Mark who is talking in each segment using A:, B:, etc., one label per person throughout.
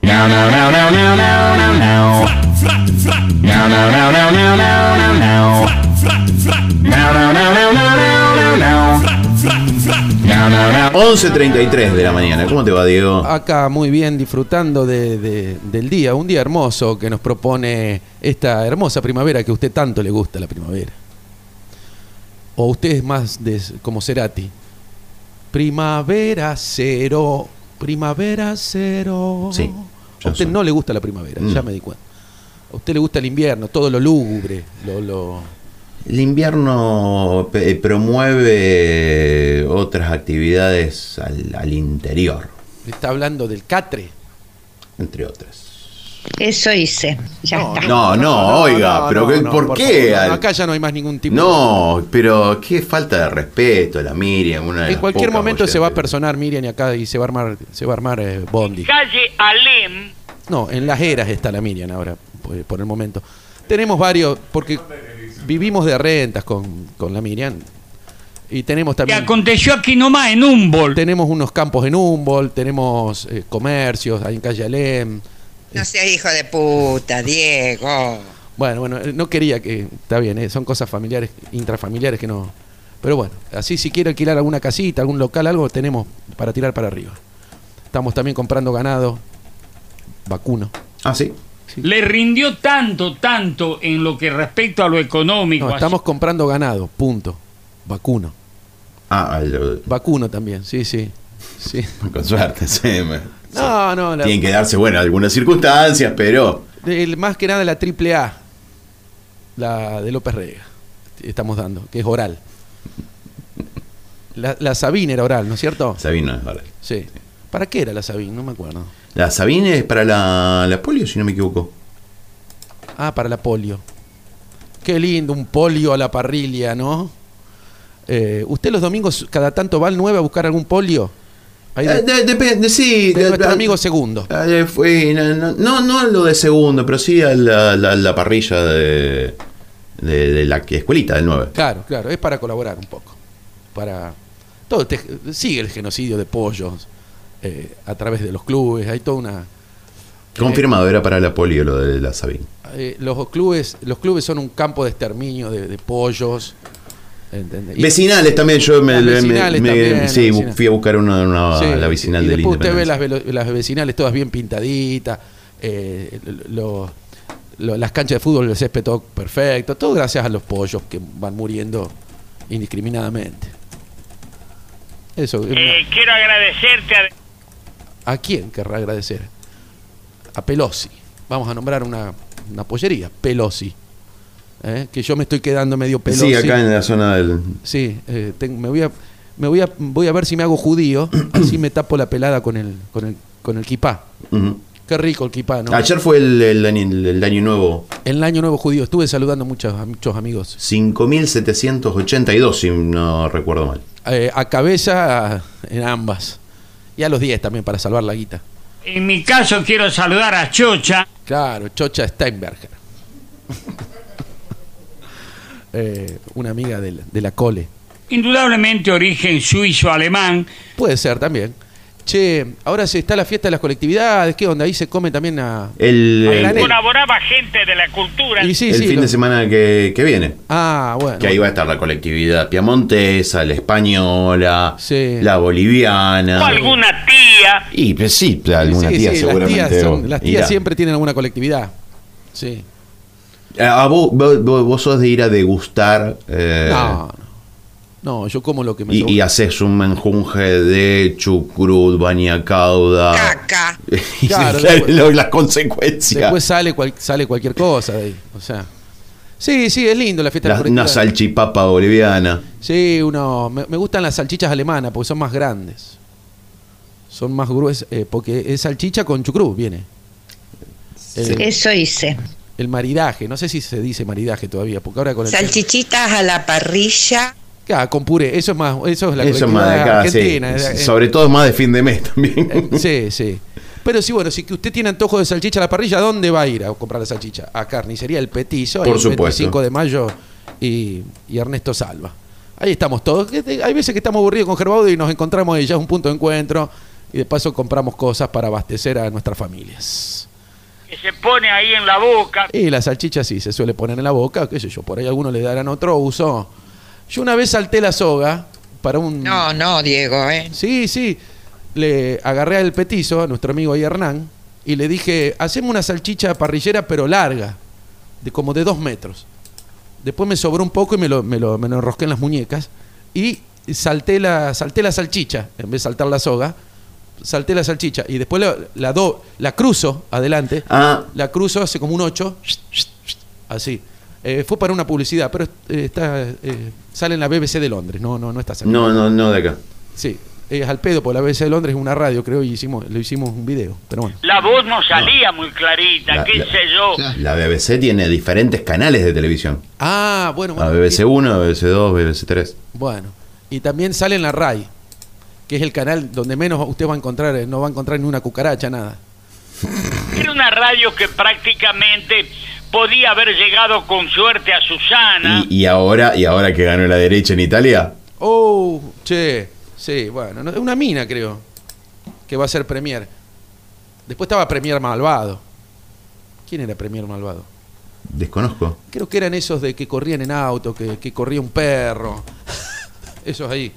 A: Now, now, now, now, now, now, now, now. Now, now, now, now, now, now, now, now. Now, now, now, now, now, now, now, now. Now, now, now.
B: 11.33 de la mañana. ¿Cómo te va, Diego?
C: Acá muy bien, disfrutando de- de- del día, un día hermoso que nos propone esta hermosa primavera que a usted tanto le gusta, la primavera. O usted es más de, como Cerati. Primavera cero, primavera cero.
B: Sí,
C: A
B: ya
C: usted
B: soy. Mm.
C: no le gusta la primavera,
B: No.
C: ya me di cuenta. A usted le gusta el invierno, todo lo lúgubre, lo... lo-
B: El invierno eh, promueve otras actividades al, al interior,
C: Está hablando del catre.
B: entre otras.
D: Eso hice. Ya está.
B: No, no, oiga, pero ¿qué- ¿por qué?
C: favor, no,
B: al-
C: acá ya no hay más ningún tipo de-
B: No, pero qué falta de respeto la Miriam. Una de
C: En
B: las
C: cualquier
B: pocas
C: momento se va a
B: oyentes.
C: personar Miriam y acá y se va a armar, se va a armar eh, Bondi.
E: Calle Alem.
C: No, en las eras está la Miriam ahora, por, por el momento. Tenemos varios, porque vivimos de rentas con, con la Miriam. Y tenemos
E: Que
C: también
E: aconteció aquí nomás en un bol.
C: tenemos unos campos en Humboldt, tenemos eh, comercios ahí en Calle Alem.
D: No seas hijo de puta, Diego.
C: Bueno, bueno, eh, no quería que. Está bien, eh, son cosas familiares, intrafamiliares que no. Pero bueno, así si quiere alquilar alguna casita, algún local, algo, tenemos para tirar para arriba. Estamos también comprando ganado, vacuno.
B: Ah, sí.
E: Le rindió tanto, tanto en lo que respecta a lo económico.
C: No, estamos comprando ganado, punto. Vacuno.
B: Ah, al-
C: Vacuno también, sí, sí. sí.
B: con suerte, sí. me-
C: No, no, la-
B: Tienen que darse, bueno, algunas circunstancias, pero
C: el- más que nada la triple A, la de López Rega, estamos dando, que es oral. La, la Sabine era oral, ¿no es cierto?
B: Sabine no es verdad.
C: Sí. ¿Para qué era la Sabine? No me acuerdo.
B: La Sabine es para la, la polio, si no me equivoco.
C: Ah, para la polio. Qué lindo, un polio a la parrilla, ¿no? Eh, ¿Usted los domingos cada tanto va al 9 a buscar algún polio? Ahí de-
B: Eh, de- depende, sí.
C: de
B: de-
C: nuestro
B: ah,
C: amigo Segundo.
B: ah, eh, fue- no, no, no, no lo de segundo, pero sí a la, la- la parrilla de, de, de la que- escuelita del 9.
C: Claro, claro, es para colaborar un poco. Para todo este- sigue el genocidio de pollos eh, a través de los clubes, hay toda una
B: Confirmado, era para la polio lo de la Sabine.
C: eh, los clubes, los clubes son un campo de exterminio de, de pollos. ¿entendés? Y-
B: Vecinales también, yo me,
C: Las
B: me-
C: vecinales
B: me-
C: también,
B: sí,
C: las vecinales.
B: fui a buscar una, una-
C: Sí,
B: la vecinal
C: y
B: del
C: después usted ve
B: Independencia.
C: las, velo- las vecinales todas bien pintaditas, eh, lo- lo- las canchas de fútbol, el césped todo perfecto, todo gracias a los pollos que van muriendo indiscriminadamente. Eso. es
F: Eh.
C: una-
E: Eh, quiero agradecerte a...
C: ¿A quién querrá agradecer? A Pelosi. Vamos a nombrar una, una pollería, Pelosi. ¿Eh? Que yo me estoy quedando medio Pelosi.
B: Sí, acá en la zona del.
C: Sí, eh, tengo- me, voy a, me voy, a, voy a ver si me hago judío, así me tapo la pelada con el, con el, con el kipá.
B: Ujú.
C: Qué rico el kipá, ¿no?
B: Ayer fue el, el año- el año nuevo
C: En el Año Nuevo Judío estuve saludando muchos, a muchos amigos.
B: 5.782, si no recuerdo mal.
C: Eh, a cabeza, a- en ambas. Y a los 10 también para salvar la guita.
E: En mi caso quiero saludar a Chocha.
C: Claro, Chocha Steinberger. Eh, una amiga de la, de la cole.
E: Indudablemente origen suizo-alemán.
C: Puede ser también. Che, ahora se está la fiesta de las colectividades. ¿Qué onda? Ahí se come también a.
B: El,
C: Ahí
B: el-
C: gané.
E: Colaboraba gente de la cultura.
C: Y sí,
B: el
C: sí,
B: fin
C: lo-
B: de semana que, que viene.
C: Ah, bueno.
B: Que ahí va a estar la colectividad piamontesa, la española,
C: Sí.
B: la boliviana.
E: O alguna tía.
B: Y pues, sí, alguna
C: Sí,
B: tía
C: sí,
B: seguramente.
C: Las tías, son-
B: vos
C: las tías
B: irá.
C: siempre tienen alguna colectividad. Sí.
B: Eh, a vos, vos, vos- vos sos de ir a degustar eh,
C: No, no. No, yo como lo que me
B: y,
C: sobra.
B: y haces un menjunje de chucrut, bañacauda.
D: Caca.
B: Y
C: Claro,
B: salen
C: después-
B: lo- las consecuencias.
C: Después sale, cual- sale cualquier cosa de ahí. O sea. Sí, sí, es lindo la fiesta
B: La-
C: de las
B: una
C: colectividades.
B: salchipapa boliviana.
C: Sí, uno. Me, me gustan las salchichas alemanas porque son más grandes. Son más gruesas. eh, porque es salchicha con chucrú, viene. El,
D: Eso hice.
C: el maridaje. No sé si se dice maridaje todavía. Porque ahora con el.
D: Salchichitas a la parrilla.
C: Ah, con puré. Eso es más. Eso es la
B: Eso es más de
C: colectividad
B: acá, sí.
C: argentina. eh, eh,
B: Sobre todo es más de fin de mes también.
C: eh, sí, sí. Pero sí, bueno, si que usted tiene antojo de salchicha a la parrilla, ¿a ¿dónnde va a ir a comprar la salchicha? A carnicería El Petizo,
B: Por
C: el
B: supuesto.
C: 25 de mayo y, y Ernesto Salva. Ahí estamos todos. Que te- Hay veces que estamos aburridos con Gerbaudo y nos encontramos ahí, ya es un punto de encuentro. y de paso compramos cosas para abastecer a nuestras familias.
E: Que se pone ahí en la boca.
C: Y la salchicha sí se suele poner en la boca, qué sé yo, por ahí algunos le darán otro uso. Yo una vez salté la soga para un...
D: No, no, Diego, ¿eh?
C: Sí, sí. Le agarré al petizo, a nuestro amigo ahí Hernán, y le dije, hacemos una salchicha parrillera pero larga, de como de dos metros. Después me sobró un poco y me lo, me lo, me lo enrosqué en las muñecas. Y salté la, salté la salchicha, en vez de saltar la soga, salté la salchicha. Y después la, la, do- la cruzo adelante,
B: Ah.
C: la cruzo, hace como un 8, así. Eh, fue para una publicidad, pero eh, está, eh, sale en la BBC de Londres, no, no, no está saliendo.
B: No, no, no de acá.
C: Sí, es al pedo, porque la BBC de Londres es una radio, creo, y hicimos, lo hicimos un video, pero bueno.
E: La voz no salía muy clarita,
B: La-
E: qué
B: la-
E: sé yo.
B: La BBC tiene diferentes canales de televisión.
C: Ah, bueno,
B: La
C: bueno.
B: BBC 1, BBC 2, BBC 3.
C: Y, bueno. Y también sale en la RAI, que es el canal donde menos usted va a encontrar, eh, no va a encontrar ni una cucaracha, nada.
E: Era una radio que prácticamente podía haber llegado con suerte a Susana.
B: Y, y ahora, y ahora que ganó la derecha en Italia,
C: Oh, che, sí, bueno, no, es una mina, creo, que va a ser Premier. Después estaba Premier Malvado. ¿Quién era Premier Malvado?
B: desconozco.
C: Creo que eran esos de que corrían en auto, que, que corría un perro. Esos ahí,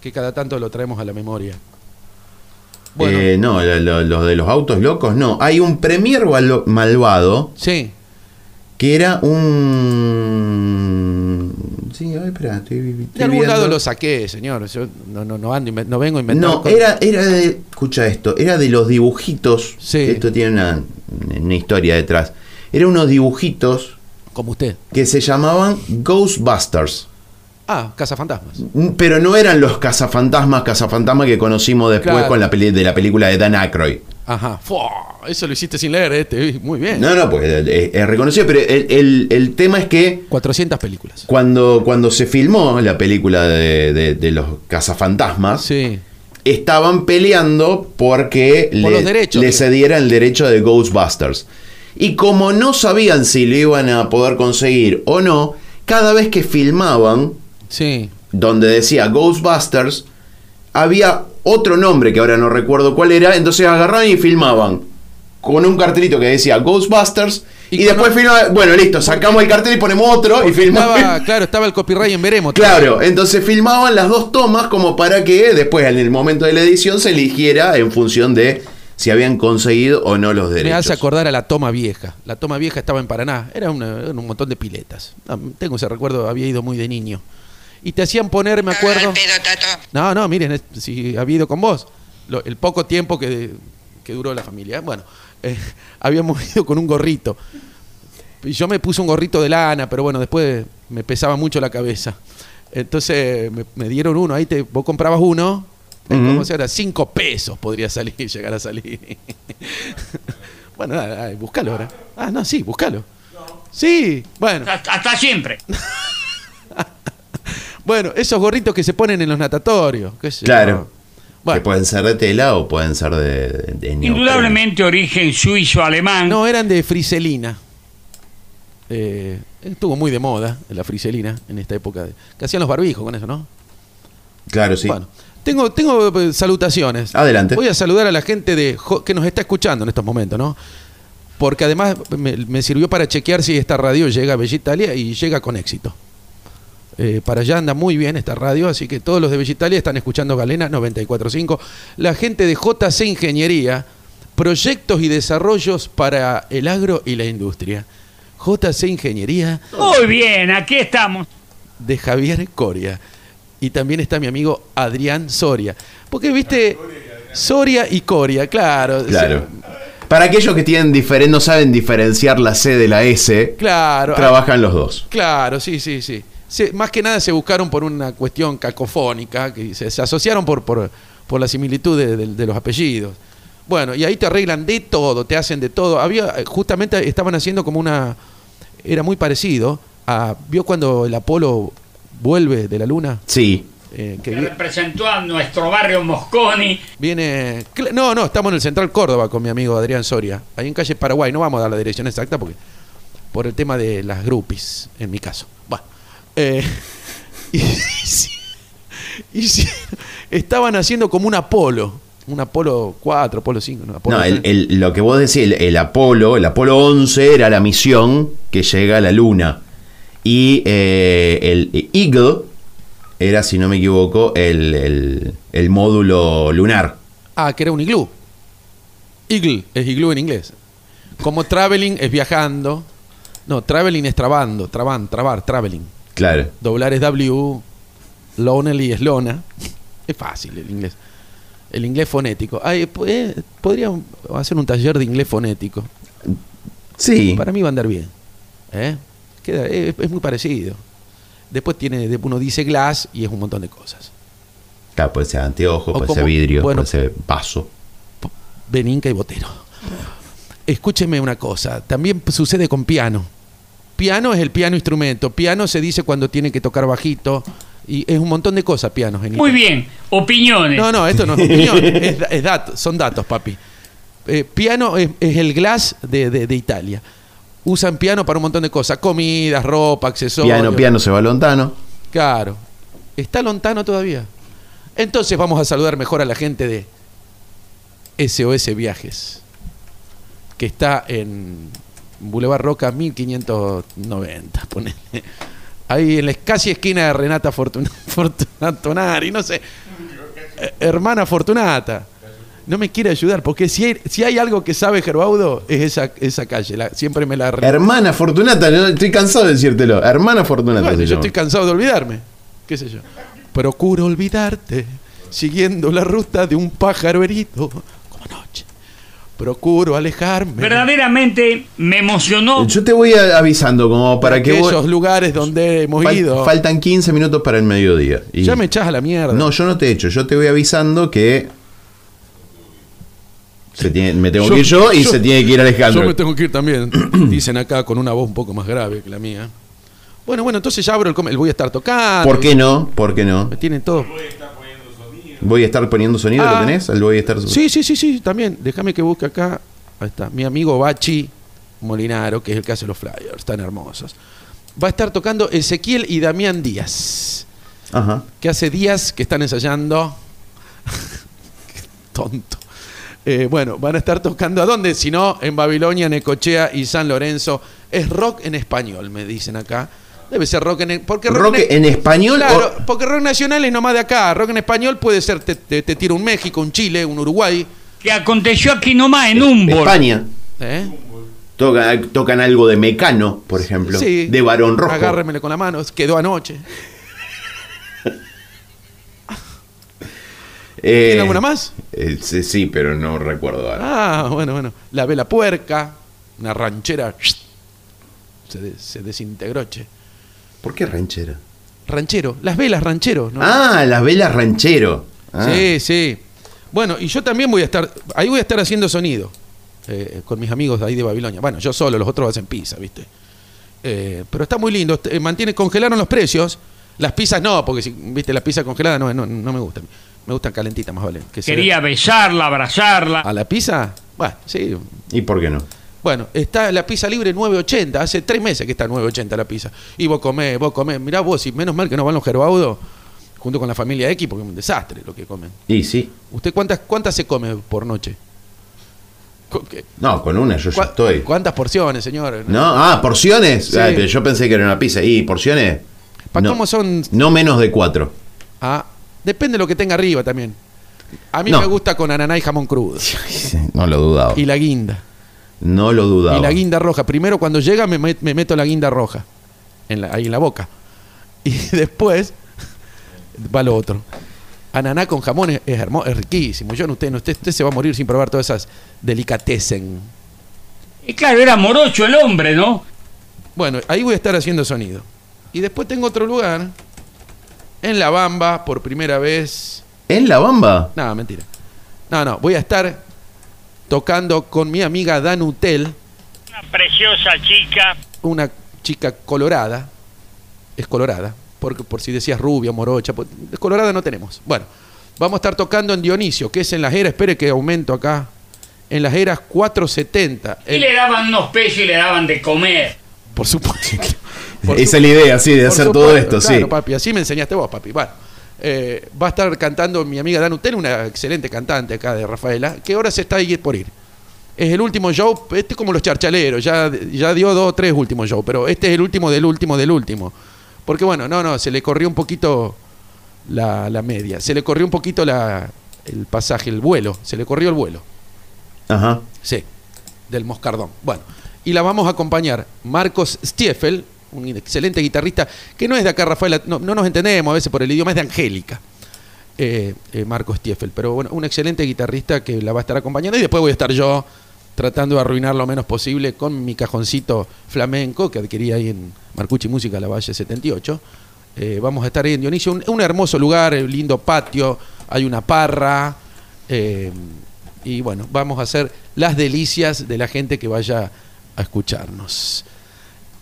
C: que cada tanto lo traemos a la memoria. Bueno,
B: Eh, no, lo- lo- los de los autos locos, no. Hay un premier valo- malvado
C: sí.
B: que era un. Sí, ay, espera, estoy, estoy
C: De algún
B: viendo.
C: lado lo saqué, señor. Yo no, no, no ando, inven- no vengo a inventar.
B: No,
C: cosas.
B: era, era de. Escucha esto, era de los dibujitos.
C: Sí.
B: Esto tiene una, una historia detrás. Era unos dibujitos
C: Como usted.
B: que se llamaban Ghostbusters.
C: Ah, Cazafantasmas.
B: Pero no eran los cazafantasmas, cazafantasmas que conocimos después
C: Claro.
B: con la peli- de la película de Dan Aykroyd.
C: Ajá. Fua, eso lo hiciste sin leer, este. Muy bien.
B: No, no, pues eh, es, reconocido, pero el, el- el tema es que
C: 400 películas.
B: cuando, cuando se filmó la película de, de- de los cazafantasmas,
C: Sí.
B: estaban peleando porque
C: Por los derechos,
B: le
C: sí.
B: cedieran el derecho de Ghostbusters. Y como no sabían si lo iban a poder conseguir o no, cada vez que filmaban,
C: Sí.
B: donde decía Ghostbusters, había otro nombre que ahora no recuerdo cuál era, entonces agarraban y filmaban con un cartelito que decía Ghostbusters
C: Y
B: y,
C: con
B: después
C: otro-
B: filmaban, bueno, listo, sacamos el cartel y ponemos otro y
C: Estaba,
B: filmaban.
C: claro, estaba el copyright en veremos.
B: Claro, entonces filmaban las dos tomas como para que después en el momento de la edición se eligiera en función de si habían conseguido o no los
C: Me hace
B: derechos.
C: acordar a la toma vieja. La toma vieja estaba en Paraná. Era, una- era un montón de piletas. Ah, Tengo ese recuerdo, había ido muy de niño. Y te hacían poner, me acuerdo.
D: Al pedo, Tato.
C: No, no, miren, es- si había ido con vos. Lo- el poco tiempo que, que duró la familia. Bueno, eh, habíamos ido con un gorrito. Y Yo me puse un gorrito de lana, pero bueno, después me pesaba mucho la cabeza. Entonces me, me dieron uno, ahí te, vos comprabas uno, eh,
B: Ujú.
C: ¿cómo se llama? Cinco pesos podría salir, llegar a salir. bueno, nada, nada, buscalo ahora. Ah, no, sí, buscalo. Sí, bueno.
E: Hasta, hasta siempre.
C: Bueno, esos gorritos que se ponen en los natatorios. qué sé yo.
B: Claro.
C: Bueno.
B: Que pueden ser de tela o pueden ser de, de- de neopreno.
E: Indudablemente origen suizo-alemán.
C: No, eran de friselina. Eh, estuvo muy de moda la friselina en esta época. De, que hacían los barbijos con eso, ¿no?
B: Claro, sí.
C: Bueno, tengo, tengo eh, salutaciones.
B: Adelante.
C: Voy a saludar a la gente de Jo- que nos está escuchando en estos momentos, ¿no? Porque además me, me sirvió para chequear si esta radio llega a Bella Italia y llega con éxito. Eh, para allá anda muy bien esta radio, así que todos los de Bella Italia están escuchando Galena 945. La gente de JC Ingeniería, proyectos y desarrollos para el agro y la industria. JC Ingeniería
E: Muy bien, aquí estamos.
C: de Javier Coria. Y también está mi amigo Adrián Soria. Porque, viste, Soria y Coria, claro.
B: Claro.
C: Sí,
B: Para aquellos que tienen diferen- no saben diferenciar la C de la S,
C: claro.
B: trabajan los dos.
C: Ah, claro, sí, sí, sí. Se- más que nada se buscaron por una cuestión cacofónica, que se, se asociaron por, por, por la similitud de, de- de los apellidos. Bueno, y ahí te arreglan de todo, te hacen de todo. Había, eh, justamente estaban haciendo como una. Era muy parecido a. ¿Vio cuando el Apolo vuelve de la luna?
B: Sí.
C: Eh, que
E: Que
C: vi-
E: representó a nuestro barrio Mosconi.
C: Viene. cl- No, no, estamos en el Central Córdoba con mi amigo Adrián Soria. Ahí en calle Paraguay. No vamos a dar la dirección exacta porque. Por el tema de las groupies, en mi caso. Bueno. eh, y, si- y si- estaban haciendo como un Apolo. Un Apolo 4, Apolo 5. No, Apolo
B: No, el-
C: 3.
B: el- lo que vos decís, el, el Apolo, el Apolo 11 era la misión que llega a la Luna. Y eh, el Eagle era, si no me equivoco, el, el- el módulo lunar.
C: Ah, que era un iglú. Eagle es iglú en inglés. Como traveling es viajando. No, traveling es trabando, traban, trabar, traveling.
B: Claro.
C: Doblar es W, lonely es lona. Es fácil el inglés. El inglés fonético. Ay, po- eh, podrían hacer un taller de inglés fonético.
B: Sí.
C: Para mí va a andar bien. ¿Eh? Queda- es, es muy parecido. Después tiene, de- uno dice glass y es un montón de cosas.
B: Claro, puede ser anteojo,
C: O
B: puede ser
C: como-
B: vidrio,
C: bueno.
B: puede ser vaso.
C: Beninca y Botero. Escúcheme una cosa, también p- sucede con piano. Piano es el piano instrumento, piano se dice cuando tiene que tocar bajito y es un montón de cosas pianos. en
F: Muy
C: Italia.
F: bien, opiniones.
C: No, no, esto no es opinión, es, da- es dato- son datos, papi. Eh, piano es, es el glass de, de- de Italia. Usan piano para un montón de cosas, comidas, ropa, accesorios.
B: Piano, piano se va lontano.
C: Claro. Está lontano todavía. Entonces vamos a saludar mejor a la gente de SOS Viajes, que está en Boulevard Roca 1590, ponele. Ahí en la casi esquina de Renata Fortun- Fortunato Nari, no sé. Eh, Hermana Fortunata. No me quiere ayudar, porque si hay, si hay algo que sabe Gerbaudo, es esa, esa calle. la- siempre me la... re-
B: Hermana Fortunata, no, estoy cansado de decírtelo. Hermana Fortunata.
C: bueno,
B: se
C: yo
B: llama.
C: estoy cansado de olvidarme. ¿Qué sé yo? Procuro olvidarte, siguiendo la ruta de un pájaro herido, como noche. Procuro alejarme
F: Verdaderamente me emocionó.
B: Yo te voy a- avisando como
C: para
B: para que
C: aquellos
B: vos...
C: lugares donde hemos
B: Fal-
C: ido.
B: faltan 15 minutos para el mediodía. Y-
C: ya me echás a la mierda.
B: No, yo no te echo, yo te voy avisando que se tiene- me tengo
C: Yo-
B: que ir yo y
C: yo-
B: se tiene que ir Alejandro.
C: Yo me tengo que ir también. Dicen acá con una voz un poco más grave que la mía. Bueno, bueno, entonces ya abro el, com- el voy a estar tocando.
B: ¿Por qué no? ¿Por qué no?
C: Me tienen todo.
B: Voy a estar poniendo sonido,
C: Ah.
B: ¿lo tenés? Al voy a estar
C: Sí, sí, sí, sí, también. Déjame que busque acá. Ahí está. Mi amigo Bachi Molinaro, que es el que hace los flyers, tan hermosos. Va a estar tocando Ezequiel y Damián Díaz,
B: Ajá.
C: que hace días que están ensayando. Qué tonto. Eh, bueno, van a estar tocando a dónde, si no, en Babilonia, Necochea y San Lorenzo. Es rock en español, me dicen acá. Debe ser rock en e-, porque
B: ¿Rock en español
C: Claro,
B: o-
C: porque rock nacional es nomás de acá. Rock en español puede ser te, te- te tira un México, un Chile, un Uruguay.
F: Que aconteció aquí nomás en un
B: España.
C: ¿Eh?
B: Toca- tocan algo de Mecano, por ejemplo.
C: Sí.
B: De Barón Rojo.
C: Agárremele con la mano, quedó anoche.
B: Eh,
C: ¿Tiene alguna más?
B: eh, sí, sí, pero no recuerdo ahora.
C: Ah, bueno, bueno. La vela puerca, una ranchera. Se, de- se desintegró, che.
B: ¿Por qué ranchera?
C: Ranchero, las velas ranchero, ¿no?
B: Ah, las velas ranchero. Ah.
C: Sí, sí. Bueno, y yo también voy a estar, ahí voy a estar haciendo sonido eh, con mis amigos de ahí de Babilonia. Bueno, yo solo, los otros hacen pizza, ¿viste? Eh, pero está muy lindo, est- eh, mantiene, congelaron los precios. Las pizzas no, porque si, viste, la pizza congelada no, no, no me gusta. Me gustan calentitas más vale. que se-
F: Quería besarla, abrazarla.
C: ¿A la pizza? Bueno, sí.
B: ¿Y por qué no?
C: Bueno, está la pizza libre 9.80. Hace tres meses que está 9.80 la pizza. Y vos comés, vos comés. Mirá vos, y menos mal que no van los gerbaudos junto con la familia X, porque es un desastre lo que comen.
B: Y sí.
C: ¿Usted cuántas, cuántas se come por noche? Co- qué-
B: No, con una yo ya
C: cua-
B: estoy.
C: ¿Cuántas porciones, señor?
B: ¿No? Ah, porciones.
C: Sí.
B: Ah, pero yo pensé que era una pizza. ¿Y porciones?
C: Pa-
B: no,
C: cómo son?
B: No menos de cuatro.
C: Ah, depende de lo que tenga arriba también. A mí
B: No.
C: me gusta con ananá y jamón crudo.
B: No lo dudaba.
C: Y la guinda.
B: No lo dudaba.
C: Y la guinda roja. Primero cuando llega me, met- me meto la guinda roja. En la- ahí en la boca. Y después va lo otro. Ananá con jamón es, es hermo- es riquísimo. Yo no, usted, no, usted, usted se va a morir sin probar todas esas delicatessen.
F: Y claro, era morocho el hombre, ¿no?
C: Bueno, ahí voy a estar haciendo sonido. Y después tengo otro lugar. En La Bamba, por primera vez.
B: ¿En la bamba?
C: Nada, mentira. No, no, voy a estar tocando con mi amiga Danutel.
E: Una preciosa chica.
C: una chica colorada, es colorada, porque por si decías rubia, morocha, pues, colorada no tenemos. Bueno, vamos a estar tocando en Dionisio, que es en las eras, espere que aumento acá, en las eras 470.
F: Y
C: El-
F: le daban unos pesos y le daban de comer.
C: por supuesto. Por
B: Esa
C: supuesto.
B: es la idea, sí, de
C: Por
B: hacer
C: supuesto,
B: todo esto,
C: claro,
B: sí.
C: papi, así me enseñaste vos, papi. Bueno, eh, va a estar cantando mi amiga Danutén, una excelente cantante acá de Rafaela, que ahora se está ahí por ir. Es el último show, este es como los charchaleros, ya, ya dio dos o tres últimos shows, pero este es el último del último del último. Porque bueno, no, no, se le corrió un poquito la, la media, se le corrió un poquito la, el pasaje, el vuelo, se le corrió el vuelo.
B: Ajá.
C: Sí, del Moscardón. Bueno, y la vamos a acompañar Marcos Stiefel, un excelente guitarrista, que no es de acá, Rafael, no, no nos entendemos a veces por el idioma, es de Angélica. eh, eh, Marcos Stiefel, pero bueno, un excelente guitarrista que la va a estar acompañando y después voy a estar yo tratando de arruinar lo menos posible con mi cajoncito flamenco que adquirí ahí en Marcucci Música, la Valle 78. Eh, vamos a estar ahí en Dionisio, un, un hermoso lugar, un lindo patio, hay una parra. eh, y bueno, vamos a hacer las delicias de la gente que vaya a escucharnos.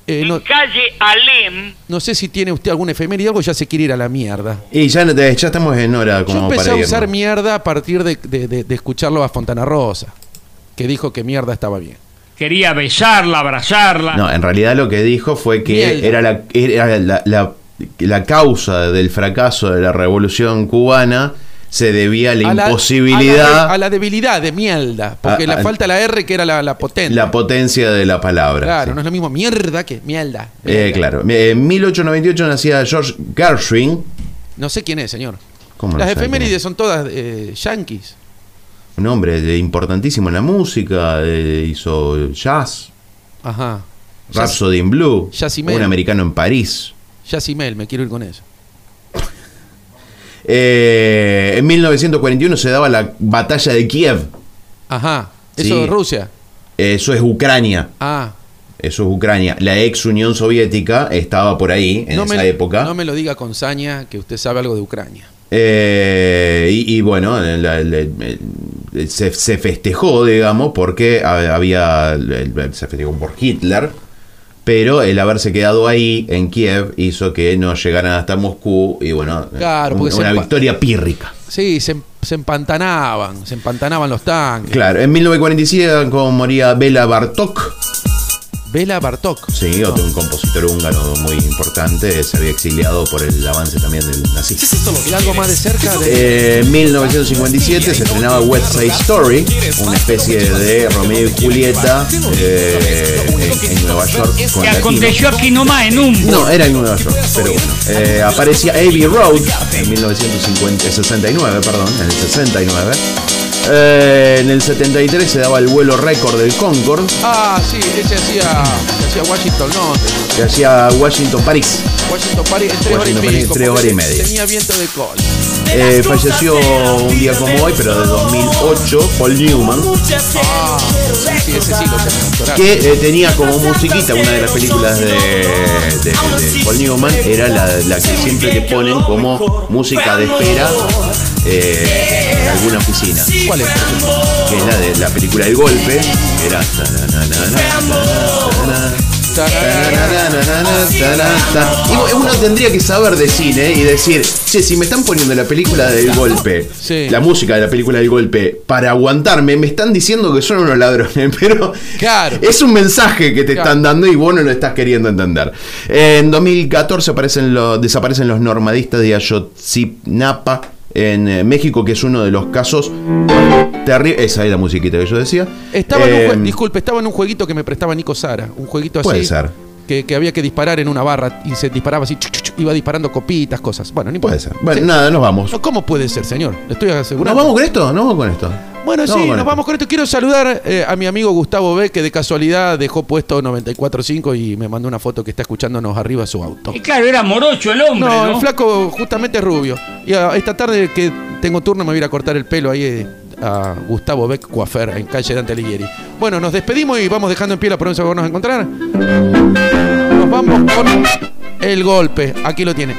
C: Eh, no-
E: En calle Alem,
C: no sé si tiene usted algún efeméride o algo, ya se quiere ir a la mierda.
B: Y ya, no te- ya estamos en hora
C: Yo
B: como
C: empecé
B: para
C: a
B: irnos.
C: usar mierda a partir de, de- de- de escucharlo a Fontana Rosa, que dijo que mierda estaba bien.
F: Quería besarla, abrazarla.
B: No, en realidad lo que dijo fue que
C: Mierda.
B: era, la, era la, la- la causa del fracaso de la revolución cubana se debía a la
C: A la-
B: imposibilidad,
C: a la, a la debilidad de mierda, porque
B: A-
C: la
B: a-
C: falta la R que era la, la potente.
B: eh, la potencia de la palabra.
C: claro,
B: sí.
C: no es lo mismo mierda que mierda.
B: Eh,
C: mierda.
B: claro. Eh, En 1898 nacía George Gershwin.
C: No sé quién es, señor.
B: ¿Cómo no
C: Las
B: sabe quién
C: efemérides
B: es?
C: son todas eh, yanquis.
B: Un hombre de- importantísimo en la música, eh, hizo jazz,
C: Ajá. Jazz-
B: Rhapsody in Blue,
C: Jazz y
B: un
C: Mel.
B: americano en París.
C: Jazz y Mel, me quiero ir con eso.
B: Eh, en 1941 se daba la batalla de Kiev.
C: Ajá.
B: Sí.
C: Eso de Rusia.
B: Eso es Ucrania.
C: Ah.
B: Eso es Ucrania. La ex Unión Soviética estaba por ahí en
C: no
B: esa
C: me,
B: época.
C: No me lo diga con saña que usted sabe algo de Ucrania.
B: Eh, y, y bueno, la- la- la- se, se festejó, digamos, porque ha- había. Se festejó por Hitler. Pero el haberse quedado ahí, en Kiev, hizo que no llegaran hasta Moscú. Y bueno,
C: Claro,
B: un-
C: porque se
B: una
C: empa-
B: victoria pírrica.
C: Sí, se, em- se empantanaban, se empantanaban los tanques.
B: Claro, en 1947 como moría Bela Bartok.
C: Vela Bartok.
B: Sí, otro un compositor húngaro muy importante. Se había exiliado por el avance también del nazismo.
C: Y algo más de cerca de...
B: En 1957 se estrenaba West Side Story, una especie de Romeo y Julieta eh, en, en Nueva York con
F: que
B: latinos.
F: aconteció aquí nomás en un
B: No, era en Nueva York, pero bueno. Eh, aparecía Abbey Road en 1969, perdón, en el 69. Eh, en el 73 se daba el vuelo récord del Concorde
C: Ah, sí, ese hacía, hacía Washington Londres.
B: que hacía Washington-París.
C: Washington Paris en tres horas y
B: Washington París en
C: pico,
B: tres
C: porque
B: horas y media.
C: Tenía viento de col.
B: Eh, falleció un día como hoy, pero de 2008, Paul Newman.
C: Ah, sí, ese sí lo tenía. claro.
B: que eh, tenía como musiquita una de las películas de, de- de Paul Newman era la, la que siempre te ponen como música de espera eh, en alguna oficina que
C: ¿Cuál es?
B: es la de la película El Golpe era y uno tendría que saber de cine y decir, che, si me están poniendo la película del golpe,
C: Sí.
B: la música de la película del golpe, para aguantarme, me están diciendo que son unos ladrones, pero
C: Claro.
B: es un mensaje que te
C: Claro.
B: están dando y vos no lo estás queriendo entender. En 2014 aparecen los, desaparecen los normadistas de Ayotzinapa en eh, México, que es uno de los casos terribles. Esa es la musiquita que yo decía.
C: Estaba en un jue-
B: Em,
C: disculpe, estaba en un jueguito que me prestaba Nico Sara. Un jueguito así.
B: Puede ser.
C: Que, que había que disparar en una barra y se disparaba así, chuc, chuc, chuc, iba disparando copitas, cosas. Bueno, ni
B: Puede ser. Bueno, nada, nos vamos.
C: ¿Cómo puede ser, señor? Le estoy
B: ¿Nos
C: asegurando.
B: vamos con esto? ¿Nos vamos con esto?
C: Bueno,
B: Nos
C: sí,
B: con
C: nos
B: esto.
C: vamos con esto. Quiero saludar eh, a mi amigo Gustavo B, que de casualidad dejó puesto 94.5 y me mandó una foto que está escuchándonos arriba de su auto.
F: Y claro, era morocho el hombre,
C: No,
F: ¿no?
C: el flaco justamente es rubio. Y ah, esta tarde que tengo turno me voy a ir a cortar el pelo ahí eh, a Gustavo Beck Coafer en calle Dante Alighieri. Bueno, nos despedimos y vamos dejando en pie la promesa que vamos a encontrar. Nos vamos con el golpe. Aquí lo tiene.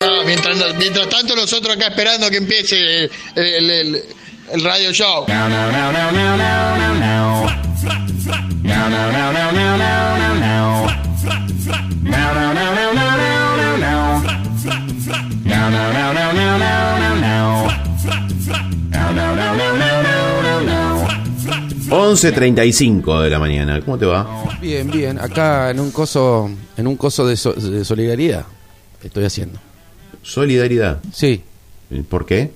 G: No, mientras, mientras tanto nosotros acá esperando que empiece el, el- el- el radio show.
A: no,
B: 11.35 de la mañana. ¿Cómo te va?
C: Bien, bien. Acá en un coso, en un coso de, so- de solidaridad estoy haciendo.
B: Solidaridad.
C: Sí.
B: ¿Por qué?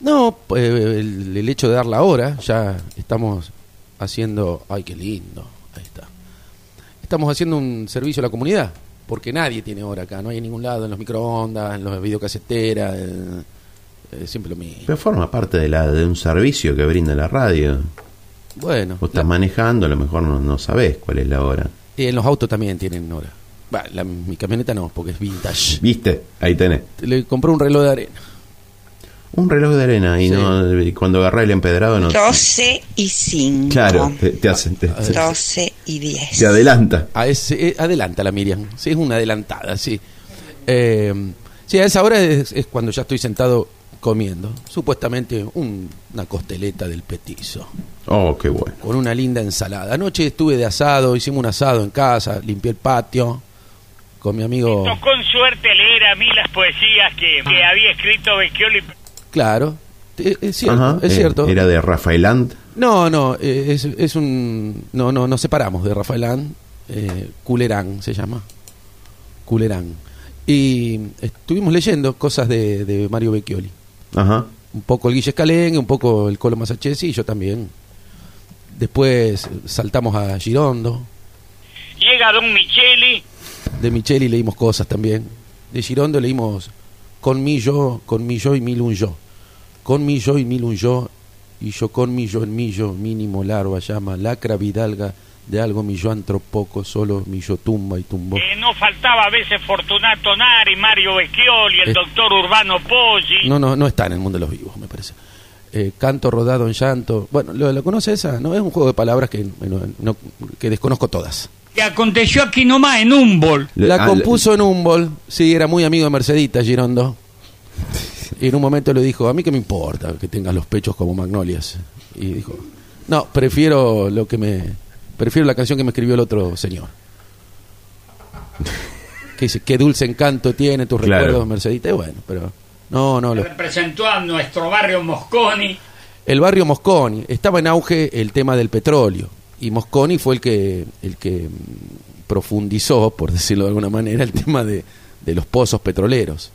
C: No, eh, el, el hecho de dar la hora, ya estamos haciendo. ¡Ay, qué lindo! Ahí está. Estamos haciendo un servicio a la comunidad, porque nadie tiene hora acá, no hay en ningún lado, en los microondas, en las videocaseteras, eh, eh, siempre lo mismo.
B: Pero forma parte de, la, de un servicio que brinda la radio.
C: Bueno,
B: Vos estás manejando, a lo mejor no, no sabés cuál es la hora.
C: y en los autos también tienen hora. Va, la- mi camioneta no, porque es vintage.
B: ¿Viste? Ahí tenés.
C: Le compré un reloj de arena.
B: Un reloj de arena y
C: Sí.
B: no, y cuando agarrás el empedrado no...
D: 12 y 5.
B: Claro, te, te hace- te- te-
D: 12 y 10.
B: te adelanta.
C: A ese, eh, adelanta la Miriam, sí, es una adelantada, sí. Eh, sí, a esa hora es, es cuando ya estoy sentado comiendo, supuestamente un- una costeleta del petizo,
B: Oh, qué bueno.
C: con una linda ensalada. Anoche estuve de asado, hicimos un asado en casa, limpié el patio con mi amigo,
E: Con suerte leer a mí las poesías que, que había escrito Becchioli.
C: claro, eh, es cierto,
B: Ajá,
C: es
B: eh,
C: cierto.
B: Era de Rafael Ant.
C: No, no, eh, es, es un... No, no, nos separamos de Rafaelán. Eh, Culerán se llama. Culerán. Y estuvimos leyendo cosas de, de Mario Becchioli.
B: Ajá.
C: Un poco el Guille Escalengue, un poco el Colo Masachesi y yo también. Después saltamos a Girondo.
E: Llega Don Micheli.
C: De Micheli leímos cosas también. De Girondo leímos Con mi yo, con mi yo y mil un yo. Con mi yo y mil un yo. Y yo con mi yo en mi yo, mínimo larva llama, lacra vidalga, de algo mi yo antropoco, solo mi yo tumba y tumbó.
E: Eh, no faltaba a veces Fortunato Nari, Mario Becchioli, el
C: Eh.
E: doctor Urbano Poggi.
C: No, no, no está en el mundo de los vivos, me parece. Eh, canto rodado en llanto. Bueno, ¿lo, lo conoce esa? No es un juego de palabras que, bueno, no- que desconozco todas.
F: Que aconteció aquí nomás en Humboldt.
B: Le-
C: La
B: ah,
C: compuso en Humboldt. Sí, era muy amigo de Mercedita, Girondo. Y en un momento le dijo, a mí que me importa que tengas los pechos como magnolias. Y dijo, no, prefiero lo que me... Prefiero la canción que me escribió el otro señor. Que dice, qué dulce encanto tiene tus
B: Claro.
C: recuerdos, Mercedita. Y bueno, pero... No, no, lo-
F: Representó a nuestro barrio Mosconi.
C: el barrio Mosconi. Estaba en auge el tema del petróleo. Y Mosconi fue el que, el que mm, profundizó, por decirlo de alguna manera, el tema de, de los pozos petroleros.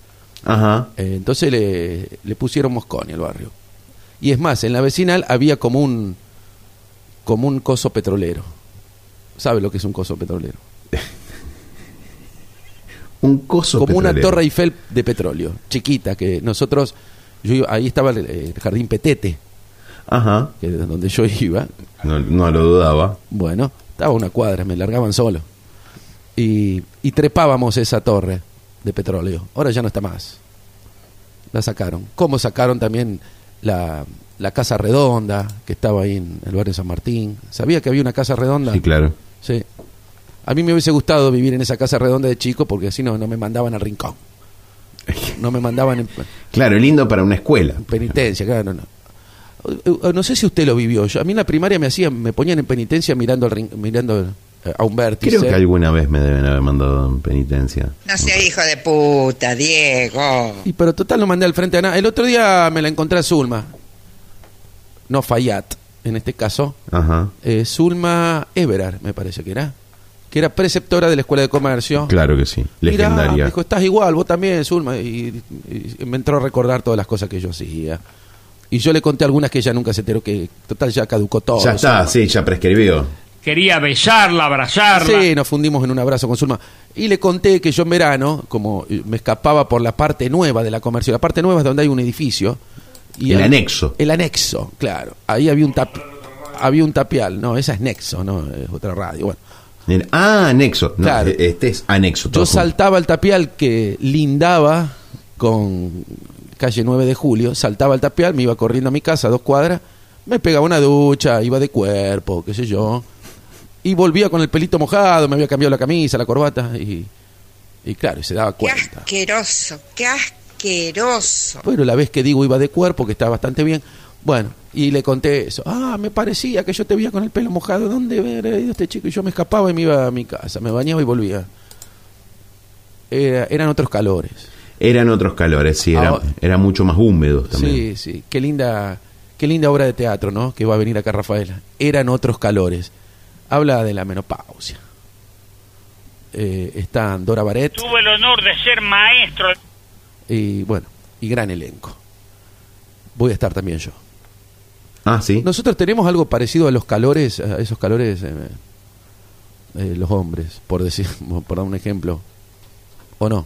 B: Ajá.
C: Eh, entonces le, le pusieron Mosconi al barrio. Y es más, en la vecinal había como un, como un coso petrolero. ¿Sabe lo que es un coso petrolero?
B: Un coso
C: como una
B: petrolero.
C: torre Eiffel de petróleo, chiquita, que nosotros, yo iba- ahí estaba el, el jardín Petete,
B: Ajá.
C: que es donde yo iba,
B: No, no lo dudaba.
C: Bueno, estaba una cuadra, me largaban solo. Y, y trepábamos esa torre de petróleo. Ahora ya no está más. La sacaron. Como sacaron también la, la Casa Redonda, que estaba ahí en el barrio San Martín. ¿Sabía que había una Casa Redonda?
B: Sí, claro.
C: Sí. A mí me hubiese gustado vivir en esa Casa Redonda de chico porque así no, no me mandaban al rincón. No me mandaban en,
B: Claro, lindo para una escuela.
C: Penitencia, claro, no. Eh, eh, No sé si usted lo vivió. Yo, a mí en la primaria me hacían, me ponían en penitencia mirando al rin- mirando eh, a un vértice.
B: Creo que alguna vez me deben haber mandado en penitencia.
D: No sea hijo de puta, Diego.
C: Y pero total no mandé al frente a nada. El otro día me la encontré a Zulma. No Fayat, en este caso.
B: Ajá.
C: Eh, Zulma Everard, me parece que era. Que era preceptora de la Escuela de Comercio.
B: Claro que sí.
C: Mirá,
B: Legendaria.
C: me dijo, estás igual, vos también, Zulma. Y, y me entró a recordar todas las cosas que yo hacía. Y yo le conté algunas que ella nunca se enteró, que total ya caducó todo.
B: ya está,
C: Zulma.
B: sí, ya prescribió.
F: Quería besarla, abrazarla.
C: Sí, nos fundimos en un abrazo con Zulma. Y le conté que yo en verano, como eh, me escapaba por la parte nueva de la comercio, la parte nueva es donde hay un edificio. Y
B: El
C: ahí-
B: anexo.
C: El anexo, claro. Ahí había un tap, había un tapial. No, esa es Nexo, no, es otra radio. Bueno,
B: Bien. Ah, anexo. No,
C: Claro.
B: e- Este es anexo. todo
C: yo
B: junto.
C: saltaba al tapial que lindaba con calle 9 de julio, saltaba al tapial, me iba corriendo a mi casa, a dos cuadras, me pegaba una ducha, iba de cuerpo, qué sé yo, y volvía con el pelito mojado, me había cambiado la camisa, la corbata, y, y claro, y se daba
D: Qué
C: cuenta.
D: asqueroso, qué asqueroso.
C: Bueno, la vez que digo iba de cuerpo, que estaba bastante bien, bueno, y le conté eso. Ah, me parecía que yo te veía con el pelo mojado, ¿dónde había ido este chico? Y yo me escapaba y me iba a mi casa, me bañaba y volvía. Era- eran otros calores.
B: Eran otros calores, sí. Era,
C: Ahora-
B: era mucho más húmedo también.
C: Sí, sí, qué linda, Qué linda obra de teatro, ¿no? Que va a venir acá Rafaela. Eran otros calores. Habla de la menopausia. Eh, están Dora Baret
E: Tuve el honor de ser maestro.
C: y, bueno, y gran elenco. Voy a estar también yo.
B: Ah, sí.
C: Nosotros tenemos algo parecido a los calores, a esos calores, eh, eh, los hombres, por decir, por dar un ejemplo, o no.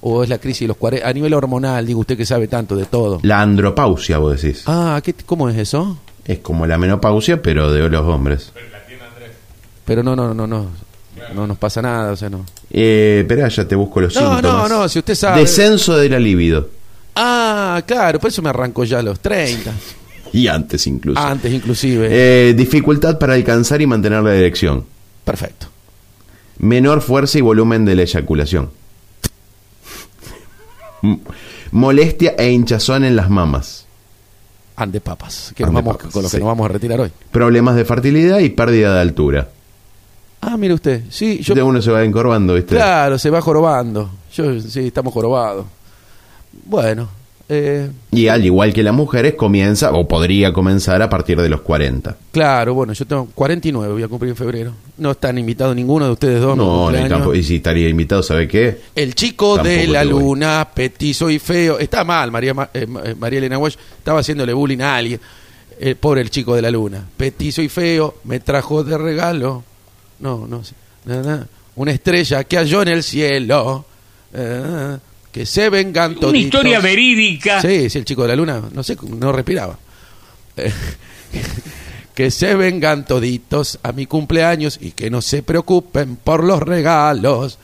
C: O es la crisis de los 40, a nivel hormonal, digo usted que sabe tanto de todo.
B: La andropausia, vos decís.
C: Ah, ¿qué, ¿cómo es eso?
B: Es como la menopausia, pero de los hombres.
C: Pero no, no, no, no, no nos pasa nada, o sea, no.
B: Eh, espera, ya te busco los
C: No,
B: síntomas.
C: no, no, si usted sabe.
B: Descenso de la libido.
C: Ah, claro, por eso me arrancó ya a los 30,
B: Y antes incluso.
C: antes inclusive.
B: Eh, dificultad para alcanzar y mantener la erección.
C: Perfecto.
B: Menor fuerza y volumen de la eyaculación. M- Molestia e hinchazón en las mamas.
C: Ande papas, que
B: Ande
C: nos vamos,
B: papas,
C: con lo que
B: sí.
C: nos vamos a retirar hoy.
B: Problemas de fertilidad y pérdida de altura.
C: Ah, mire usted, sí, yo
B: De uno se va encorvando, ¿viste?
C: Claro, se va jorobando. Yo, sí, estamos jorobados. Bueno, eh,
B: Y al igual que las mujeres, comienza o podría comenzar a partir de los 40.
C: claro, bueno, yo tengo 49, voy a cumplir en febrero. No están invitados ninguno de ustedes dos. a mi
B: No, ni
C: cumpleaños.
B: tampoco- y si estaría invitado, ¿sabe qué?
C: El chico
B: Tampoco
C: de la
B: te voy.
C: luna, petizo y feo. Está mal, María, Ma- eh, Ma- eh, María Elena Walsh. Estaba haciéndole bullying a alguien. Eh, pobre el chico de la luna. Petizo y feo, me trajo de regalo. No, no sé. Nada. Una estrella que halló en el cielo. Eh, que se vengan
F: Una
C: toditos.
F: historia verídica.
C: Sí, sí, el chico de la luna, no sé, no respiraba. Eh, que se vengan toditos a mi cumpleaños y que no se preocupen por los regalos.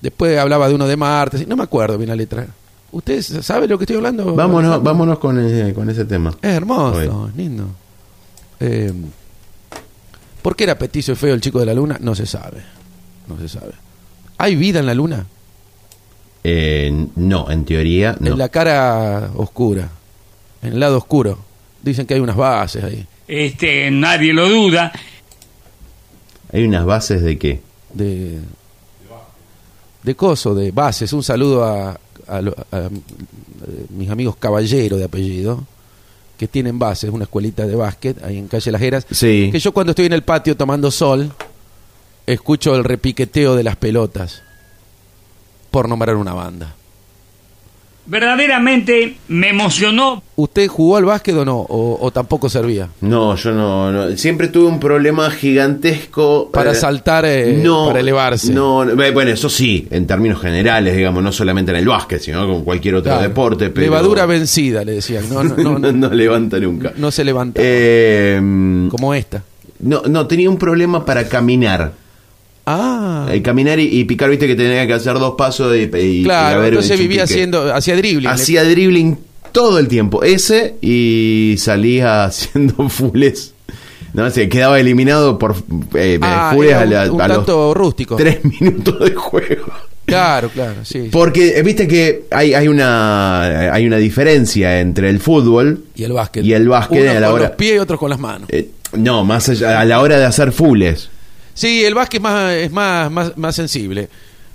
C: Después hablaba de uno de Marte, no me acuerdo bien la letra. ¿Ustedes saben lo que estoy hablando?
B: Vámonos, vámonos con, eh, con ese tema.
C: Es hermoso,
B: Bueno.
C: es lindo. Eh, ¿Por qué era petizo y feo el chico de la luna? No se sabe. No se sabe. ¿Hay vida en la luna?
B: Eh, no, en teoría, no.
C: En la cara oscura. En el lado oscuro. Dicen que hay unas bases ahí.
F: Este, nadie lo duda.
B: Hay unas bases de qué.
C: de de coso, de bases. Un saludo a, a lo- a, eh, mis amigos Caballero de apellido, que tienen bases, una escuelita de básquet ahí en Calle Las Heras.
B: Sí.
C: Que yo cuando estoy en el patio tomando sol, escucho el repiqueteo de las pelotas, por nombrar una banda.
F: Verdaderamente me emocionó
C: ¿Usted jugó al básquet o no? ¿O, o tampoco servía?
B: No, yo no, no. Siempre tuve un problema gigantesco.
C: Para saltar, eh, para elevarse.
B: No, no, eh, bueno, eso sí, en términos generales, digamos, no solamente en el básquet, sino con cualquier otro
C: Claro.
B: deporte. Pero
C: Levadura vencida, le decían. No, no, no, no,
B: no levanta nunca.
C: no se levanta.
B: Eh, no,
C: como esta.
B: no, tenía un problema para caminar.
C: Ah.
B: Eh, caminar y, y picar, viste que tenía que hacer dos pasos y, y- y a
C: Claro,
B: ver, un
C: entonces
B: chiquique.
C: vivía haciendo, hacía dribbling.
B: Hacía dribbling todo el tiempo. Ese y salía haciendo fules. No sé, quedaba eliminado por eh,
C: Ah,
B: fules
C: era
B: a,
C: un-
B: la-
C: un
B: a los
C: tanto rústico.
B: tres minutos de juego.
C: Claro, claro, sí.
B: Porque eh, viste que hay, hay una hay una diferencia entre el fútbol
C: y el básquet.
B: y el básquet
C: Unos
B: a la
C: con
B: hora-
C: los pies y otros con las manos.
B: eh, no más allá a la hora de hacer fules.
C: Sí, el básquet más, es más, más, más sensible.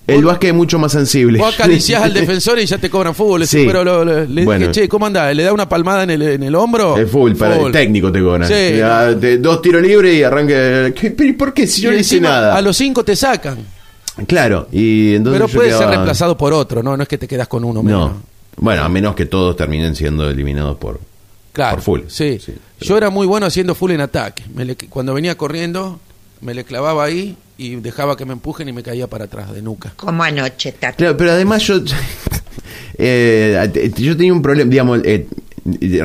B: El básquet es mucho más sensible.
C: Vos acariciás al defensor y ya te cobran fútbol.
B: Sí.
C: Sí. Pero lo- lo- le
B: Bueno.
C: dije, che, ¿cómo andás? ¿Le da una palmada en el, en el hombro?
B: El fútbol, para el
C: Fútbol.
B: técnico te cobran.
C: Sí.
B: Ya, te- dos tiros libres y arranque. ¿Qué? ¿Pero y por qué? Si yo
C: Y
B: no hice
C: encima,
B: nada.
C: A los cinco te sacan.
B: Claro, y entonces
C: Pero
B: yo
C: puede ser
B: quedaba-
C: reemplazado por otro, ¿no? No es que te quedas con uno menos.
B: No. Bueno, a menos que todos terminen siendo eliminados por.
C: Claro.
B: Por full.
C: Sí.
B: Sí, pero-
C: Yo era muy bueno haciendo full en ataque. Me le- cuando venía corriendo, me le clavaba ahí y dejaba que me empujen y me caía para atrás de nuca.
D: Como anoche, Tati.
B: Claro, pero además yo. eh, yo tenía un problema, digamos. eh,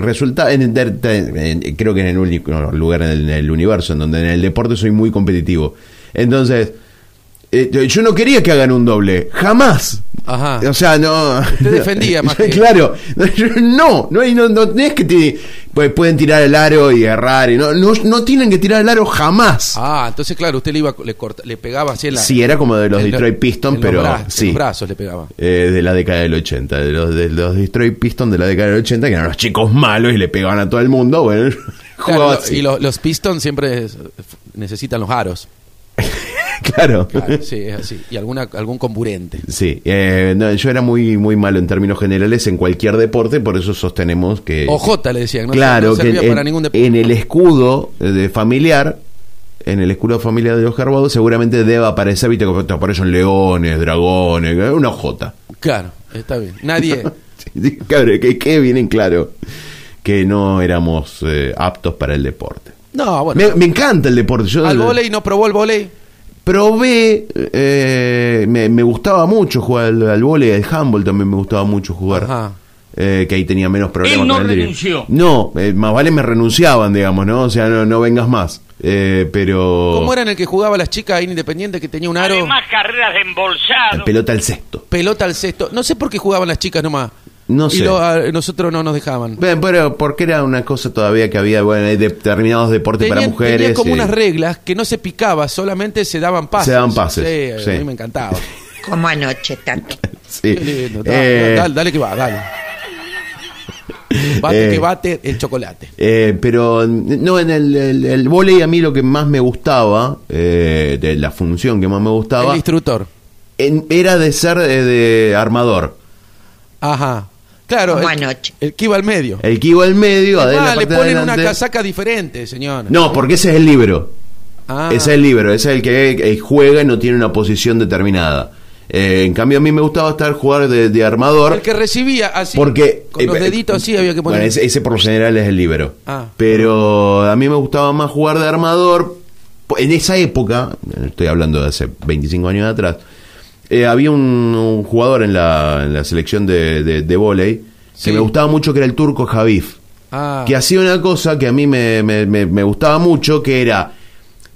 B: resulta en, en- en- creo que en el único lugar en el, en el universo en donde en el deporte soy muy competitivo entonces eh, yo no quería que hagan un doble jamás
C: Ajá.
B: O sea, no.
C: Ah. Te defendía más que-
B: Claro. No, no, hay- no, no tenés que. te- pues pueden tirar el aro y errar. Y no, no, no tienen que tirar el aro jamás.
C: Ah, entonces claro, usted le iba le corta, le pegaba así en la
B: sí, era como de los
C: en
B: Detroit Pistons,
C: en los
B: pero.
C: bra- en los
B: sí.
C: brazos le pegaba.
B: Eh, de la década del 80. De los, de los Detroit Pistons de la década del 80, que eran los chicos malos y le pegaban a todo el mundo. Bueno, yo jugaba
C: Claro, lo-
B: así.
C: y lo- los Pistons siempre es- f- necesitan los aros.
B: claro.
C: Claro, sí, es así. Y alguna, algún comburente.
B: Sí, eh, no, yo era muy, muy malo en términos generales en cualquier deporte, por eso sostenemos que...
C: OJ le decían, no,
B: claro,
C: no
B: que
C: servía
B: en,
C: para ningún deporte.
B: en el escudo eh, de familiar, en el escudo familiar de los Carvados, seguramente deba aparecer, viste, como te aparecen leones, dragones, eh, una OJ.
C: Claro, está bien. Nadie.
B: Sí, sí, Cabrón, que quede bien en claro que no éramos eh, aptos para el deporte.
C: No, bueno.
B: me, me encanta el deporte. Yo
C: al volei no probó el volei.
B: probé, eh, me, me gustaba mucho jugar al, al vóley, al handball también me gustaba mucho jugar.
C: Ajá.
B: Eh, que ahí tenía menos problemas.
F: Él no
B: con el dribbling.
F: renunció.
B: No, eh, más vale me renunciaban, digamos, ¿no? O sea, no, no vengas más. Eh, pero...
C: ¿Cómo era en el que jugaba las chicas ahí en Independiente que tenía un aro?
E: Además, carreras de
B: La
E: embolsado.
B: pelota al sexto.
C: pelota al cesto. No sé por qué jugaban las chicas nomás.
B: No
C: Y
B: sé.
C: lo- ah, a- nosotros no nos dejaban.
B: Bueno, pero porque era una cosa todavía que había, bueno, hay determinados deportes para
C: Tenían-
B: mujeres.
C: tenían como
B: eh,
C: unas reglas que no se picaba, solamente se daban pases.
B: Se daban pases,
C: Sí,
B: sí.
C: a mí me encantaba.
D: Como anoche, Tato.
B: sí.
C: Qué lindo. Dale,
B: Eh,
C: dale, dale que va, dale. Bate
B: Eh.
C: que bate el chocolate.
B: Eh, pero no, en el, el, el vóley a mí lo que más me gustaba, eh, de la función que más me
C: El
B: gustaba,
C: instructor.
B: en- era de ser eh, de armador.
C: Ajá. Claro.
D: Como
C: el-
D: anoche.
C: El que iba al medio.
B: El que iba al medio,
C: Ah,
B: Eh, de la
C: le
B: parte de
C: ponen una
B: adelante.
C: casaca diferente, señor.
B: No, porque ese es el libro.
C: Ah.
B: Ese es el libro, ese es el que eh, juega y no tiene una posición determinada. Eh, en cambio, a mí me gustaba estar jugar de, de armador.
C: El que recibía así.
B: Porque
C: Con los
B: eh,
C: deditos así había que poner.
B: Bueno, ese, ese por lo general es el libero.
C: Ah.
B: Pero a mí me gustaba más jugar de armador. En esa época, estoy hablando de hace 25 años atrás, eh, había un, un jugador en la, en la selección de, de, de vóley
C: Sí.
B: que me gustaba mucho, que era el turco Javif
C: Ah.
B: que hacía una cosa que a mí me, me- me- me gustaba mucho, que era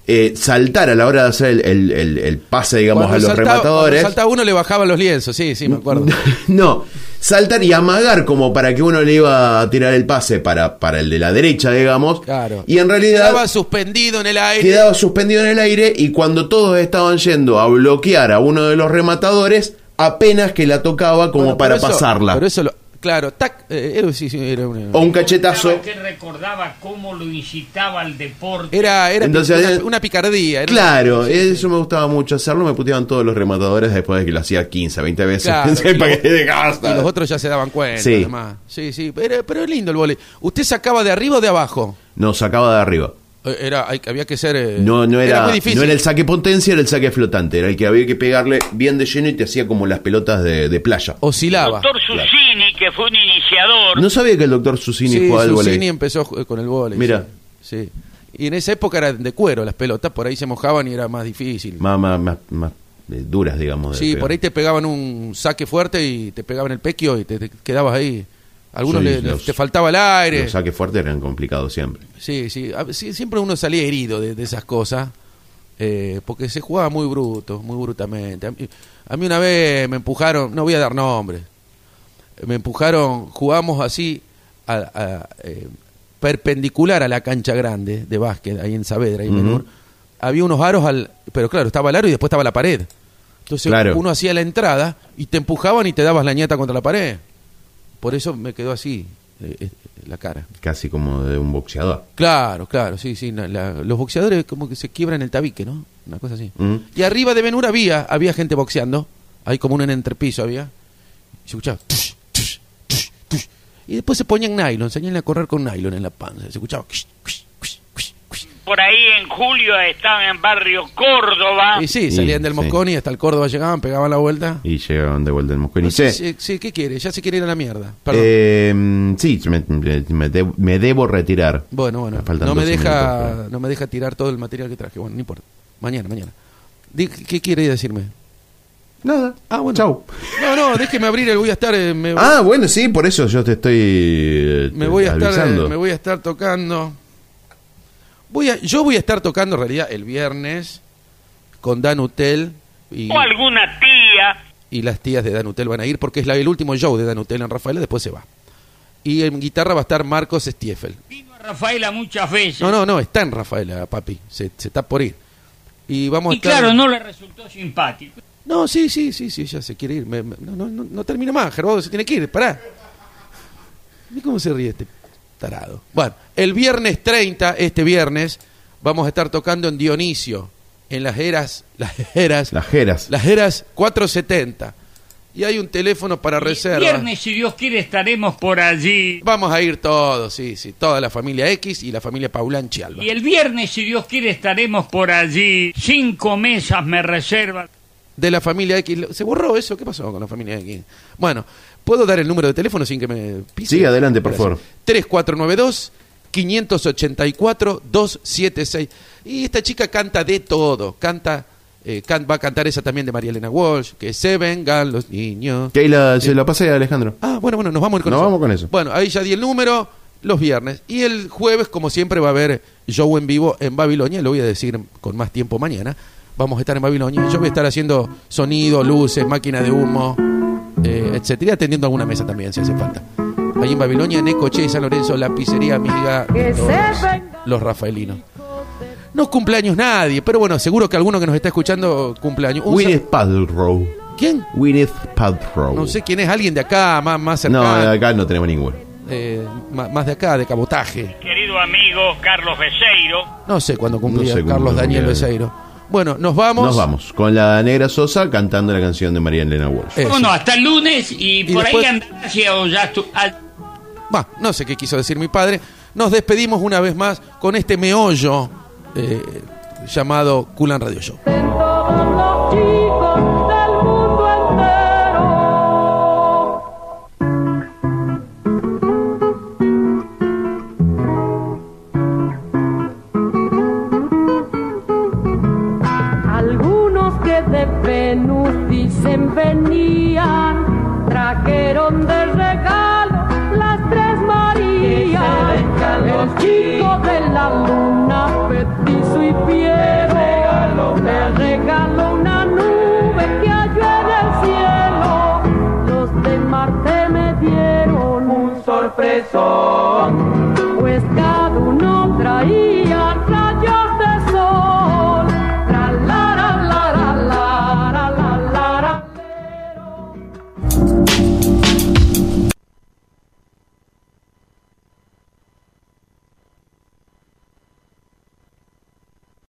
B: eh, saltar a la hora de hacer el, el- el- el pase, digamos,
C: Cuando
B: a los
C: saltaba-
B: rematadores.
C: cuando saltaba uno le bajaban los lienzos, sí, sí, me acuerdo.
B: no, saltar y amagar como para que uno le iba a tirar el pase para, para el de la derecha, digamos.
C: Claro.
B: Y en realidad
C: Estaba suspendido en el aire.
B: quedaba suspendido en el aire y cuando todos estaban yendo a bloquear a uno de los rematadores, apenas que la tocaba como
C: Bueno,
B: para
C: pero eso-
B: pasarla.
C: Pero eso, lo- claro, tac, eh, era, sí, sí, era una-
B: o un cachetazo.
F: Que recordaba cómo lo incitaba al deporte.
C: Era, era
B: Entonces,
C: una,
B: había-
C: una picardía. era-
B: Claro, eso me gustaba mucho hacerlo. Me puteaban todos los rematadores después de que lo hacía 15, 20 veces.
C: Claro,
B: Sí,
C: y
B: para
C: los-
B: que te gastas.
C: Y los otros ya se daban cuenta,
B: Sí.
C: además. Sí, sí, pero, pero es lindo el vole. ¿Usted sacaba de arriba o de abajo?
B: No, sacaba de arriba.
C: Eh, Era, hay- había que ser... eh,
B: No, no era,
C: muy difícil.
B: no era el saque potencia, era el saque flotante. Era el que había que pegarle bien de lleno y te hacía como las pelotas de, de playa.
E: El
C: Oscilaba.
E: doctor Susini, que fue un iniciador,
B: No sabía que el doctor Susini
C: Sí,
B: jugaba al
C: Susini
B: vóley.
C: empezó ju- con el vole.
B: Mira.
C: Sí, sí. Y en esa época eran de cuero las pelotas, por ahí se mojaban y era más difícil.
B: Más, más, más, más, eh, duras, digamos. de
C: Sí,
B: pegar.
C: por ahí te pegaban un saque fuerte y te pegaban el pequio y te, te quedabas ahí. Algunos
B: Sí,
C: le- le-
B: los-
C: te faltaba el aire.
B: Los saques fuertes eran complicados siempre.
C: Sí, sí, A- sí, Siempre uno salía herido de, de esas cosas. eh, porque se jugaba muy bruto, muy brutamente. A mí, a mí una vez me empujaron, no voy a dar nombres. Me empujaron, jugábamos así, a- a- eh, perpendicular a la cancha grande de básquet, ahí en Saavedra, ahí en Benur. Había unos aros, al, pero claro, estaba el aro y después estaba la pared. Entonces
B: Claro.
C: uno hacía la entrada y te empujaban y te dabas la ñata contra la pared. Por eso me quedó así eh, eh, la cara.
B: Casi como de un boxeador.
C: Claro, claro, sí, sí. la- la- los boxeadores como que se quiebran el tabique, ¿no? Una cosa así.
B: Mm.
C: Y arriba de Benur había, había gente boxeando. Ahí como un entrepiso había. Y se escuchaba. tush, tush, tush, tush. Y después se ponían nylon, salían a correr con nylon en la panza. Se escuchaba. cush, cush, cush, cush, cush.
E: por ahí en julio estaba en barrio Córdoba.
C: Y sí,
B: Y,
C: salían del
B: sí.
C: Mosconi y hasta el Córdoba llegaban, pegaban la vuelta.
B: Y llegaban de vuelta el Mosconi.
C: No sé
B: Sí.
C: si- sí, ¿qué quiere? Ya se quiere ir a la mierda. Perdón.
B: Eh, sí, me, me- me debo, me debo retirar.
C: Bueno, bueno,
B: Me faltan
C: no me
B: 12
C: deja,
B: minutos, pero-
C: no me deja tirar todo el material que traje. Bueno, no importa. Mañana, mañana. Di- ¿Qué quiere decirme?
B: Nada.
C: Ah, bueno.
B: Chau.
C: No, no, déjeme abrir el voy a estar. eh, me,
B: Ah, bueno, sí, por eso yo te estoy. eh,
C: me voy a estar,
B: avisando.
C: eh, me voy a estar tocando. Voy a, yo voy a estar tocando en realidad el viernes con Danutel y,
E: O alguna tía.
C: y las tías de Danutel van a ir porque es la- el último show de Danutel en Rafaela, después se va. Y en guitarra va a estar Marcos Stiefel.
F: Vino a Rafaela muchas veces.
C: No, no, no, está en Rafaela, papi, se, se está por ir. Y vamos a
F: y
C: estar-
F: claro, no le resultó simpático.
C: No, sí, sí, sí, sí, ya se quiere ir. Me- me- no, no, no, no termina más, Gerardo se tiene que ir, pará. Mirá cómo se ríe este tarado. Bueno, el viernes 30, este viernes, vamos a estar tocando en Dionisio, en las eras, las eras,
B: Las jeras.
C: las eras 470. Y hay un teléfono para reserva.
F: Viernes, si Dios quiere, estaremos por allí.
C: Vamos a ir todos, sí, sí, toda la familia X y la familia Paulán Chialba.
F: Y el viernes, si Dios quiere, estaremos por allí. Cinco mesas me reservan.
C: De la familia X. ¿Se borró eso? ¿Qué pasó con la familia X? Bueno, ¿puedo dar el número de teléfono sin que me pise?
B: Sí, adelante, por favor.
C: 3492 584 276. Y esta chica canta de todo. Canta, eh, can- va a cantar esa también de María Elena Walsh. Que se vengan los niños.
B: Que ahí la, se la pasé a Alejandro.
C: Ah, bueno, bueno, nos vamos a ir con
B: Nos
C: eso.
B: vamos con eso.
C: Bueno, ahí ya di el número los viernes. Y el jueves, como siempre, va a haber show en vivo en Babilonia. Lo voy a decir con más tiempo mañana. Vamos a estar en Babilonia. Yo voy a estar haciendo sonido, luces, máquina de humo, eh, etcétera. Atendiendo alguna mesa también, si hace falta. Ahí en Babilonia, en Ecoche, San Lorenzo, la pizzería amiga, todos los rafaelinos. No cumpleaños nadie, pero bueno, seguro que alguno que nos está escuchando cumpleaños. Un
B: Winnie
C: sal-
B: Paltrow.
C: ¿Quién?
B: Winnie Paltrow.
C: No sé quién es, alguien de acá, más, más
B: No,
C: cercano.
B: acá no tenemos ninguno.
C: eh, ma- más de acá, de cabotaje.
E: Querido amigo Carlos Beseiro,
C: No sé cuándo cumplía
B: No sé cuándo
C: Carlos Daniel
B: cumplía.
C: Beseiro. Bueno, nos vamos.
B: Nos vamos con la negra Sosa cantando la canción de María Elena Walsh.
C: Eso.
F: Bueno, hasta el lunes y, por
C: después-
F: ahí andarás y- o ya estu- ah,
C: Bah, no sé qué quiso decir mi padre. Nos despedimos una vez más con este meollo eh, llamado Culan Radio Show.
H: Algunos que de Venus dicen venían, trajeron de regalo las tres Marías. El chico de la luna, petizo y fiero, me regaló una nube que halló en el cielo. Los de Marte me dieron un sorpresón, pues cada uno traía.